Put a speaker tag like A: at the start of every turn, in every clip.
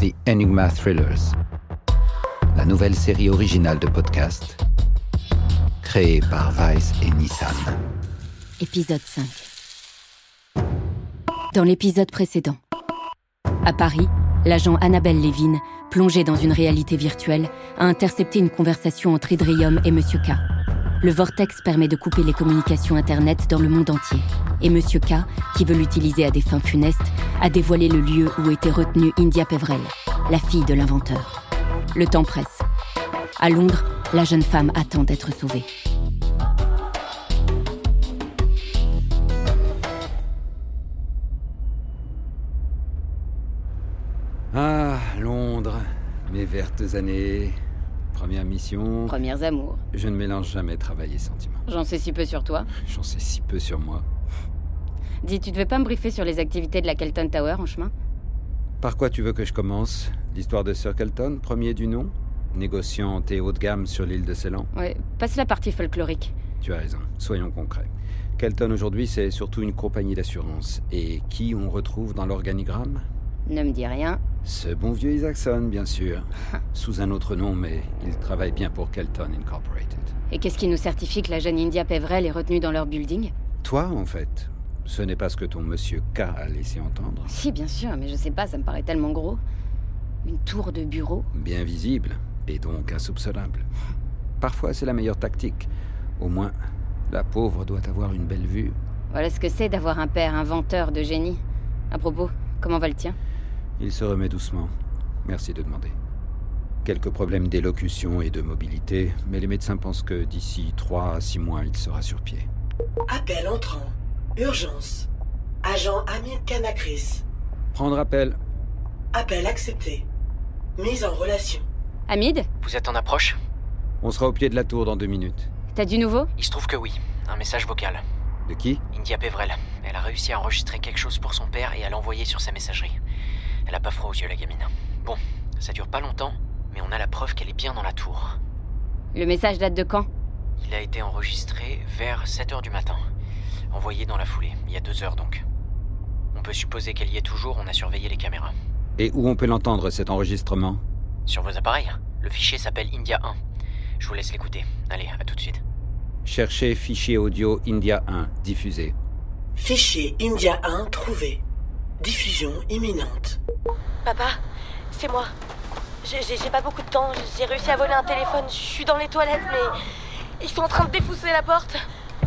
A: The Enigma Thrillers, la nouvelle série originale de podcast créée par Vice et Nissan.
B: Épisode 5. Dans l'épisode précédent, à Paris, l'agent Annabelle Lévin, plongée dans une réalité virtuelle, a intercepté une conversation entre Idrium et Monsieur K. Le vortex permet de couper les communications Internet dans le monde entier. Et Monsieur K, qui veut l'utiliser à des fins funestes, a dévoilé le lieu où était retenue India Pevrel, la fille de l'inventeur. Le temps presse. À Londres, la jeune femme attend d'être sauvée.
A: Ah, Londres, mes vertes années, première mission.
C: Premières amours.
A: Je ne mélange jamais travail et sentiment.
C: J'en sais si peu sur toi.
A: J'en sais si peu sur moi.
C: Dis, tu devais pas me briefer sur les activités de la Kelton Tower en chemin
A: Par quoi tu veux que je commence L'histoire de Sir Kelton, premier du nom Négociant et haut de gamme sur l'île de Ceylan
C: Ouais, passe la partie folklorique.
A: Tu as raison, soyons concrets. Kelton aujourd'hui, c'est surtout une compagnie d'assurance. Et qui on retrouve dans l'organigramme
C: Ne me dis rien.
A: Ce bon vieux Isaacson, bien sûr. Sous un autre nom, mais il travaille bien pour Kelton Incorporated.
C: Et qu'est-ce qui nous certifie que la jeune India Pevrel est retenue dans leur building
A: Toi, en fait, ce n'est pas ce que ton monsieur K a laissé entendre.
C: Si, bien sûr, mais je sais pas, ça me paraît tellement gros. Une tour de bureau
A: Bien visible, et donc insoupçonnable. Parfois, c'est la meilleure tactique. Au moins, la pauvre doit avoir une belle vue.
C: Voilà ce que c'est d'avoir un père inventeur de génie. À propos, comment va le tien
A: Il se remet doucement. Merci de demander. Quelques problèmes d'élocution et de mobilité, mais les médecins pensent que d'ici 3 à 6 mois, il sera sur pied.
D: Appel entrant. Urgence. Agent Amine Kanakris.
A: Prendre appel.
D: Appel accepté. Mise en relation.
C: Hamid,
E: Vous êtes en approche
A: On sera au pied de la tour dans deux minutes.
C: t'as du nouveau
E: Il se trouve que oui. Un message vocal.
A: De qui
E: India Pevrel. Elle a réussi à enregistrer quelque chose pour son père et à l'envoyer sur sa messagerie. Elle a pas froid aux yeux, la gamine. Bon, ça dure pas longtemps, mais on a la preuve qu'elle est bien dans la tour.
C: Le message date de quand
E: Il a été enregistré vers 7h du matin. Envoyé dans la foulée, il y a deux heures donc. On peut supposer qu'elle y est toujours, on a surveillé les caméras.
A: Et où on peut l'entendre, cet enregistrement
E: Sur vos appareils, le fichier s'appelle India 1. Je vous laisse l'écouter. Allez, à tout de suite.
A: Cherchez fichier audio India 1, diffusé.
D: Fichier India 1 trouvé. Diffusion imminente.
F: Papa, c'est moi. J'ai- J'ai j'ai pas beaucoup de temps. J'ai réussi à voler un téléphone. Je suis dans les toilettes, mais ils sont en train de défousser la porte.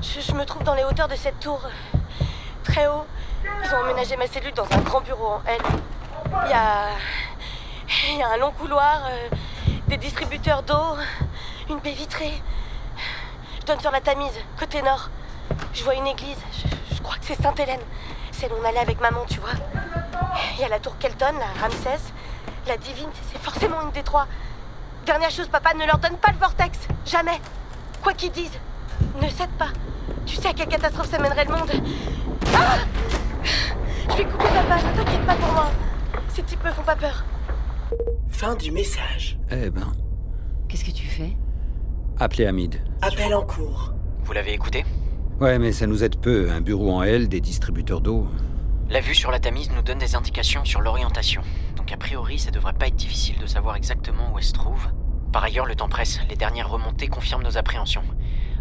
F: Je, je me trouve dans les hauteurs de cette tour. Très haut. Ils ont emménagé ma cellule dans un grand bureau en L. Il y a. Il y a un long couloir, euh, des distributeurs d'eau, une baie vitrée. Je donne sur la Tamise, côté nord. Je vois une église. Je, je crois que c'est Sainte-Hélène. Celle où on allait avec maman, tu vois. Il y a la tour Kelton, la Ramsès, la Divine, c'est- c'est forcément une des trois. Dernière chose, papa, ne leur donne pas le vortex. Jamais. Quoi qu'ils disent, ne cède pas. Tu sais à quelle catastrophe ça mènerait le monde. Ah Je vais couper papa, ne t'inquiète pas pour moi. Ces types me font pas peur.
D: Fin du message.
A: Eh ben,
C: Qu'est-ce que tu fais
A: appelez Hamid.
D: Appel en cours.
E: Vous l'avez écouté
A: Ouais, mais ça nous aide peu. Un bureau en L, des distributeurs d'eau.
E: La vue sur la Tamise nous donne des indications sur l'orientation, donc a priori ça devrait pas être difficile de savoir exactement où elle se trouve. Par ailleurs, le temps presse, les dernières remontées confirment nos appréhensions.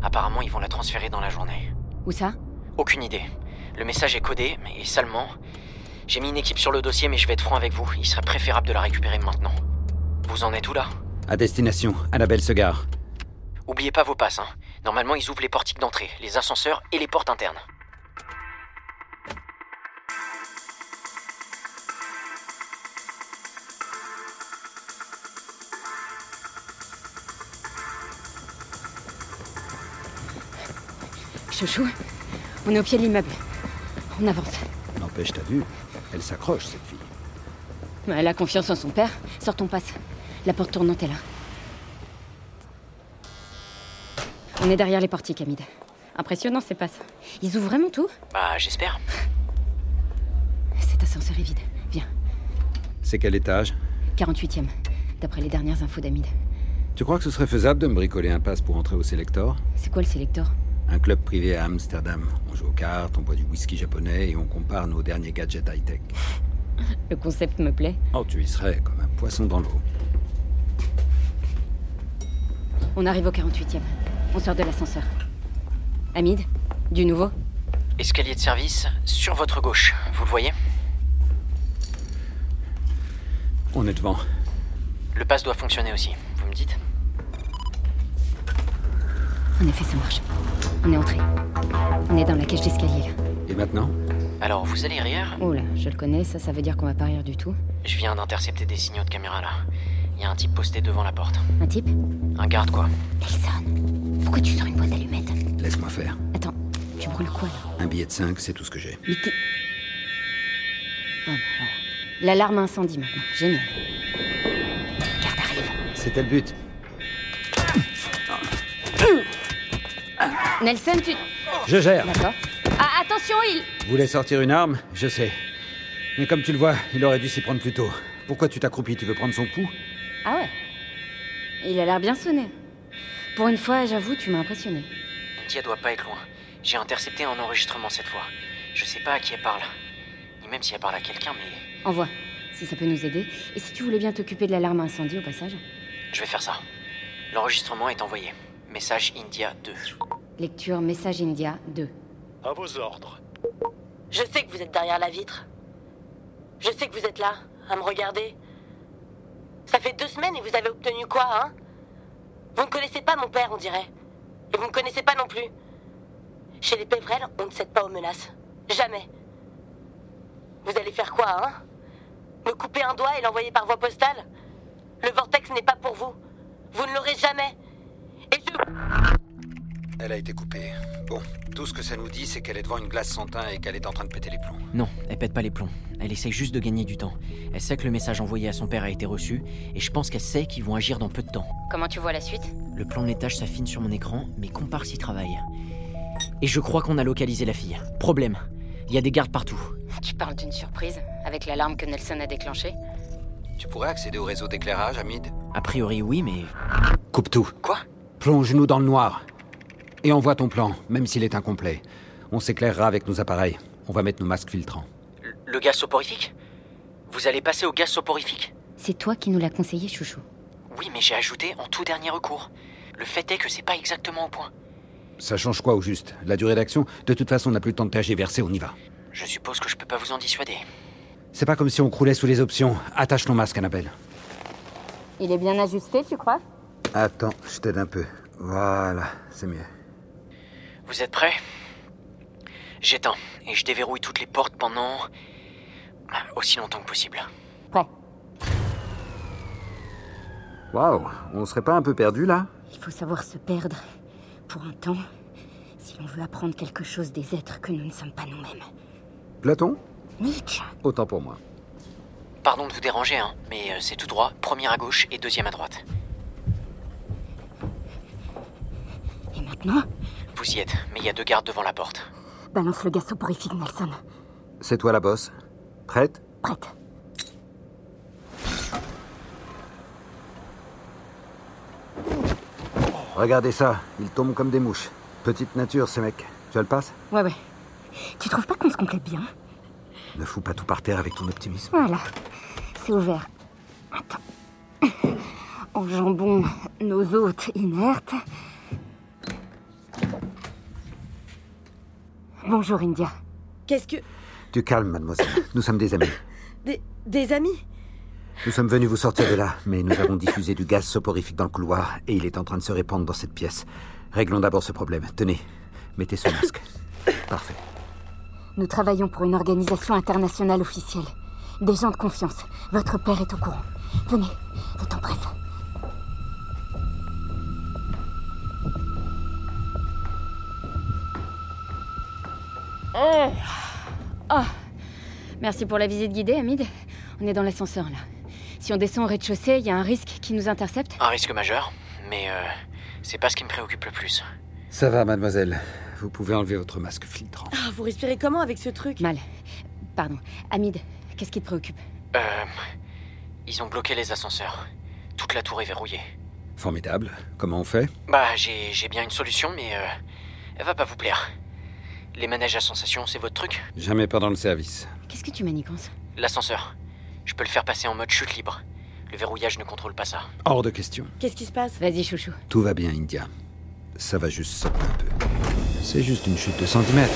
E: Apparemment, ils vont la transférer dans la journée.
C: Où ça
E: Aucune idée. Le message est codé, mais salement. J'ai mis une équipe sur le dossier, mais je vais être franc avec vous, il serait préférable de la récupérer maintenant. Vous en êtes où là
A: À destination, Annabelle Segar.
E: Oubliez pas vos passes, hein. Normalement, ils ouvrent les portiques d'entrée, les ascenseurs et les portes internes.
C: Chouchou, on est au pied de l'immeuble. On avance.
A: N'empêche, t'as vu Elle s'accroche, cette fille.
C: Mais Elle a confiance en son père. Sors ton passe. La porte tournante est là. On est derrière les portiques, Hamid. Impressionnant ces passes. Ils ouvrent vraiment tout
E: Bah, j'espère.
C: Cet ascenseur est vide. Viens.
A: C'est quel étage
C: 48ème, d'après les dernières infos d'Hamid.
A: Tu crois que ce serait faisable de me bricoler un pass pour entrer au Selector
C: C'est quoi le sélecteur
A: Un club privé à Amsterdam. On joue aux cartes, on boit du whisky japonais et on compare nos derniers gadgets high-tech.
C: Le concept me plaît.
A: Oh, tu y serais comme un poisson dans l'eau.
C: On arrive au 48e. On sort de l'ascenseur. Hamid, du nouveau
E: Escalier de service sur votre gauche, vous le voyez
A: On est devant.
E: Le pass doit fonctionner aussi, vous me dites
C: En effet, ça marche. On est entré. On est dans la cage d'escalier là.
A: Et maintenant
E: Alors, vous allez rire,
C: Oh là, je le connais, ça, ça veut dire qu'on va pas rire du tout.
E: je viens d'intercepter des signaux de caméra là. Il y a un type posté devant la porte.
C: Un type
E: Un garde quoi.
C: Nelson, pourquoi tu sors une boîte d'allumettes
A: Laisse-moi faire.
C: Attends, tu brûles quoi là
A: Un billet de 5, c'est tout ce que j'ai.
C: Mais t'es- Oh, bah, voilà. L'alarme à incendie maintenant, génial. Le Garde arrive.
A: C'était le but.
C: Nelson, tu.
A: Je gère.
C: D'accord. Ah, attention, il.
A: Vous voulez sortir une arme Je sais. Mais comme tu le vois, il aurait dû s'y prendre plus tôt. Pourquoi tu t'accroupis Tu veux prendre son pouls
C: Ah ouais Il a l'air bien sonné. Pour une fois, j'avoue, tu m'as impressionné.
E: India doit pas être loin. J'ai intercepté un enregistrement cette fois. Je sais pas à qui elle parle. Ni même si elle parle à quelqu'un, mais
C: Envoie, si ça peut nous aider. Et si tu voulais bien t'occuper de l'alarme à incendie au passage
E: je vais faire ça. L'enregistrement est envoyé. Message India 2.
C: Lecture Message India 2.
G: À vos ordres.
F: Je sais que vous êtes derrière la vitre. Je sais que vous êtes là, à me regarder. Ça fait deux semaines et vous avez obtenu quoi, hein Vous ne connaissez pas mon père, on dirait. Et vous ne connaissez pas non plus. Chez les Pévrel, on ne cède pas aux menaces. Jamais. Vous allez faire quoi, hein Me couper un doigt et l'envoyer par voie postale Le vortex n'est pas pour vous. Vous ne l'aurez jamais. Et je...
A: Elle a été coupée. Bon, tout ce que ça nous dit, c'est qu'elle est devant une glace sans teint et qu'elle est en train de péter les plombs.
E: Non, elle pète pas les plombs. Elle essaye juste de gagner du temps. Elle sait que le message envoyé à son père a été reçu, et je pense qu'elle sait qu'ils vont agir dans peu de temps.
C: Comment tu vois la suite
E: Le plan de l'étage s'affine sur mon écran, mais Comparse y travaille. Et je crois qu'on a localisé la fille. Problème. Il y a des gardes partout.
C: Tu parles d'une surprise, avec l'alarme que Nelson a déclenchée.
A: Tu pourrais accéder au réseau d'éclairage, Hamid
E: A priori, oui, mais.
A: Coupe tout.
E: Quoi
A: Plonge-nous dans le noir. Et envoie ton plan, même s'il est incomplet. On s'éclairera avec nos appareils. On va mettre nos masques filtrants.
E: Le gaz soporifique Vous allez passer au gaz soporifique
C: C'est toi qui nous l'as conseillé, chouchou.
E: Oui, mais j'ai ajouté en tout dernier recours. Le fait est que c'est pas exactement au point.
A: Ça change quoi au juste La durée d'action De toute façon, on n'a plus le temps de tergiverser, on y va.
E: Je suppose que je peux pas vous en dissuader.
A: C'est pas comme si on croulait sous les options. Attache ton masque, Annabelle.
C: Il est bien ajusté, tu crois
A: Attends, je t'aide un peu. Voilà, c'est mieux.
E: Vous êtes prêts J'éteins et je déverrouille toutes les portes pendant. aussi longtemps que possible.
C: Prêt.
A: Waouh, on serait pas un peu perdu là
C: Il faut savoir se perdre pour un temps si l'on veut apprendre quelque chose des êtres que nous ne sommes pas nous-mêmes.
A: Platon
C: Nietzsche
A: Autant pour moi.
E: Pardon de vous déranger, hein, mais euh, c'est tout droit, première à gauche et deuxième à droite.
C: Et maintenant,
E: Vous y êtes, mais il y a deux gardes devant la porte.
C: balance le gaz soporifique, Nelson.
A: C'est toi la bosse. Prête
C: Prête.
A: Regardez ça, ils tombent comme des mouches. Petite nature, ces mecs. Tu as le passe
C: Ouais, ouais. Tu trouves pas qu'on se complète bien
A: Ne fous pas tout par terre avec ton optimisme.
C: Voilà, c'est ouvert. Attends. Enjambons nos hôtes inertes. Bonjour India.
F: Qu'est-ce que...
A: Tu calmes, mademoiselle. Nous sommes des amis.
F: Des, des amis
A: Nous sommes venus vous sortir de là, mais nous avons diffusé du gaz soporifique dans le couloir et il est en train de se répandre dans cette pièce. Réglons d'abord ce problème. Tenez, mettez ce masque. Parfait.
C: Nous travaillons pour une organisation internationale officielle. Des gens de confiance. Votre père est au courant. Venez, le temps presse. Eh. Ah. Oh. Merci pour la visite guidée, Hamid. On est dans l'ascenseur là. Si on descend au rez-de-chaussée, il y a un risque qui nous intercepte.
E: Un risque majeur, mais euh, c'est pas ce qui me préoccupe le plus.
A: Ça va, mademoiselle. Vous pouvez enlever votre masque filtrant.
F: Ah, Vous respirez comment avec ce truc
C: Mal. Pardon. Hamid, qu'est-ce qui te préoccupe
E: Euh, ils ont bloqué les ascenseurs. Toute la tour est verrouillée.
A: Formidable. Comment on fait
E: Bah, j'ai j'ai bien une solution, mais euh, elle va pas vous plaire. Les manèges à sensation, c'est votre truc
A: Jamais pendant le service.
C: Qu'est-ce que tu manigances
E: L'ascenseur. Je peux le faire passer en mode chute libre. Le verrouillage ne contrôle pas ça.
A: Hors de question.
F: Qu'est-ce qui se passe
B: Vas-y, chouchou.
A: Tout va bien, India. Ça va juste sauter un peu. C'est juste une chute de centimètres.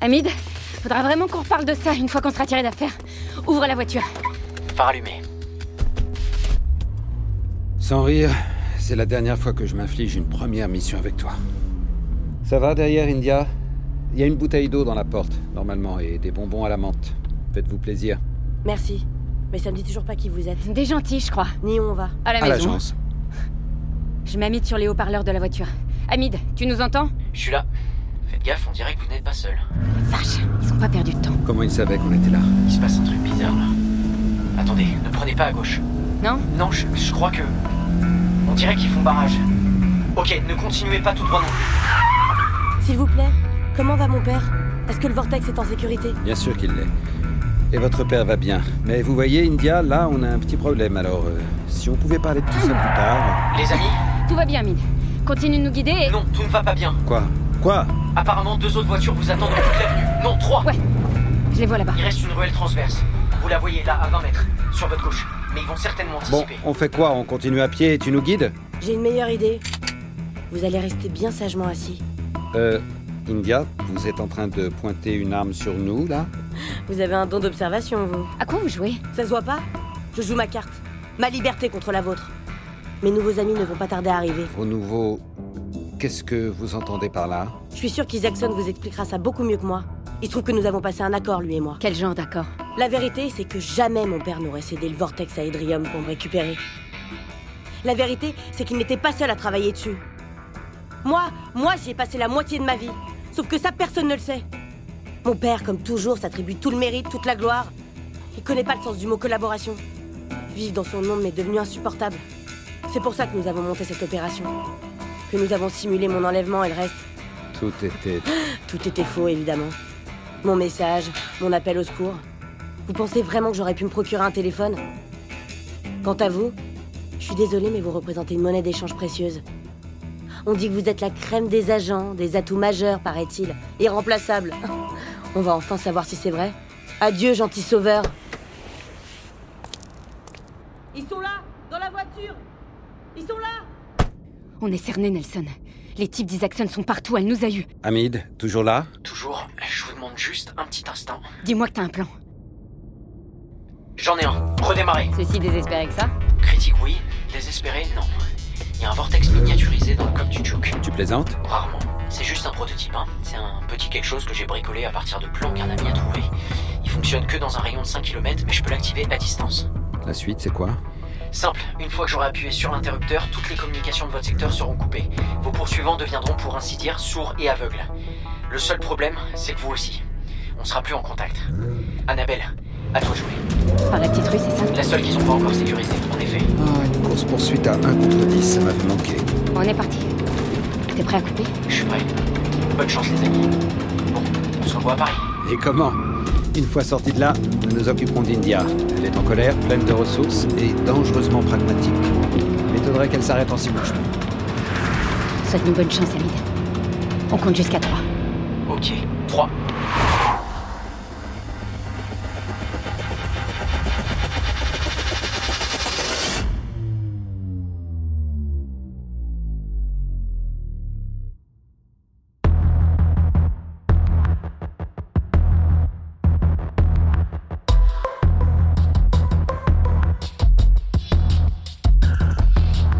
B: Hamid, faudra vraiment qu'on reparle de ça une fois qu'on sera tiré d'affaire. Ouvre la voiture.
E: Phare allumé.
A: Sans rire, c'est la dernière fois que je m'inflige une première mission avec toi. Ça va derrière, India Il y a une bouteille d'eau dans la porte, normalement, et des bonbons à la menthe. Faites-vous plaisir.
F: Merci. Mais ça me dit toujours pas qui vous êtes,
B: Des gentils, je crois.
F: ni où on va.
B: À la
A: à la
B: maison.
A: chance.
B: je m'amide sur les haut-parleurs de la voiture. Hamid, tu nous entends
E: Je suis là. Faites gaffe, on dirait que vous n'êtes pas seul.
B: Vache, ils ont pas perdu de temps.
A: Comment ils savaient qu'on était là
E: Il se passe un truc bizarre là. Attendez, ne prenez pas à gauche.
B: Non
E: Non, je, je crois que. On dirait qu'ils font barrage. Ok, ne continuez pas tout droit non plus.
F: S'il vous plaît, comment va mon père Est-ce que le vortex est en sécurité
A: Bien sûr qu'il l'est. Et votre père va bien. Mais vous voyez, India, là, on a un petit problème. Alors, euh, si on pouvait parler de tout ça plus tard.
E: Les amis
B: Tout va bien, Hamid. Continue de nous guider et...
E: Non, tout ne va pas bien.
A: Quoi Quoi
E: Apparemment, deux autres voitures vous attendent dans toute l'avenue. Non, trois
B: Ouais, je les vois là-bas.
E: Il reste une ruelle transverse. Vous la voyez là, à 20 mètres, sur votre gauche. Mais ils vont certainement
A: Bon,
E: anticiper.
A: on fait quoi On continue à pied et tu nous guides
F: J'ai une meilleure idée. Vous allez rester bien sagement assis.
A: Euh, India, vous êtes en train de pointer une arme sur nous, là
F: Vous avez un don d'observation, vous.
B: À quoi vous jouez
F: Ça se voit pas Je joue ma carte. Ma liberté contre la vôtre. Mes nouveaux amis ne vont pas tarder à arriver.
A: Au nouveau, qu'est-ce que vous entendez par là
F: Je suis sûre qu'Isaacson vous expliquera ça beaucoup mieux que moi. Il se trouve que nous avons passé un accord, lui et moi.
B: Quel genre d'accord
F: La vérité, c'est que jamais mon père n'aurait cédé le vortex à Edrium pour me récupérer. La vérité, c'est qu'il n'était pas seul à travailler dessus. Moi, moi, j'y ai passé la moitié de ma vie. Sauf que ça, personne ne le sait. Mon père, comme toujours, s'attribue tout le mérite, toute la gloire. Il connaît pas le sens du mot collaboration. Vivre dans son nom m'est devenu insupportable. C'est pour ça que nous avons monté cette opération. Que nous avons simulé mon enlèvement et le reste.
A: Tout était...
F: Tout était faux, évidemment. Mon message, mon appel au secours. Vous pensez vraiment que j'aurais pu me procurer un téléphone Quant à vous, je suis désolée, mais vous représentez une monnaie d'échange précieuse. On dit que vous êtes la crème des agents, des atouts majeurs, paraît-il, irremplaçables. On va enfin savoir si c'est vrai. Adieu, gentil sauveur. Ils sont là, dans la voiture. Ils sont là.
B: On est cerné, Nelson. Les types d'Isaacson sont partout, elle nous a eu.
A: Hamid, toujours là
E: Toujours, je vous demande juste un petit instant.
B: Dis-moi que t'as un plan.
E: J'en ai un. Redémarrer.
B: Ceci désespéré que ça
E: Critique, oui. Désespéré, non. Il y a un vortex miniaturisé dans le coffre du Duke.
A: Tu plaisantes
E: Rarement. C'est juste un prototype, hein. C'est un petit quelque chose que j'ai bricolé à partir de plans qu'un ami a trouvé. Il fonctionne que dans un rayon de 5 km, mais je peux l'activer à distance.
A: La suite, c'est quoi
E: Simple, une fois que j'aurai appuyé sur l'interrupteur, toutes les communications de votre secteur seront coupées. Vos poursuivants deviendront pour ainsi dire sourds et aveugles. Le seul problème, c'est que vous aussi. On sera plus en contact. Annabelle, à toi de jouer.
B: Par la petite rue, c'est ça
E: La seule qu'ils ont pas encore sécurisée, en effet.
A: Ah, une course-poursuite à 1 contre 10, ça m'avait manqué.
B: On est parti. T'es prêt à couper
E: Je suis prêt. Bonne chance les amis. Bon, on se revoit à Paris.
A: Et comment Une fois sortis de là, nous nous occuperons d'India. Elle est en colère, pleine de ressources et dangereusement pragmatique. M'étonnerait qu'elle s'arrête en si bon chemin.
B: Souhaite-nous bonne chance, Hamid. On compte jusqu'à trois.
E: Ok, 3.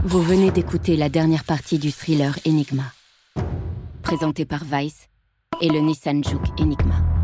B: Vous venez d'écouter la dernière partie du thriller Enigma, présenté par Vice et le Nissan Juke Enigma.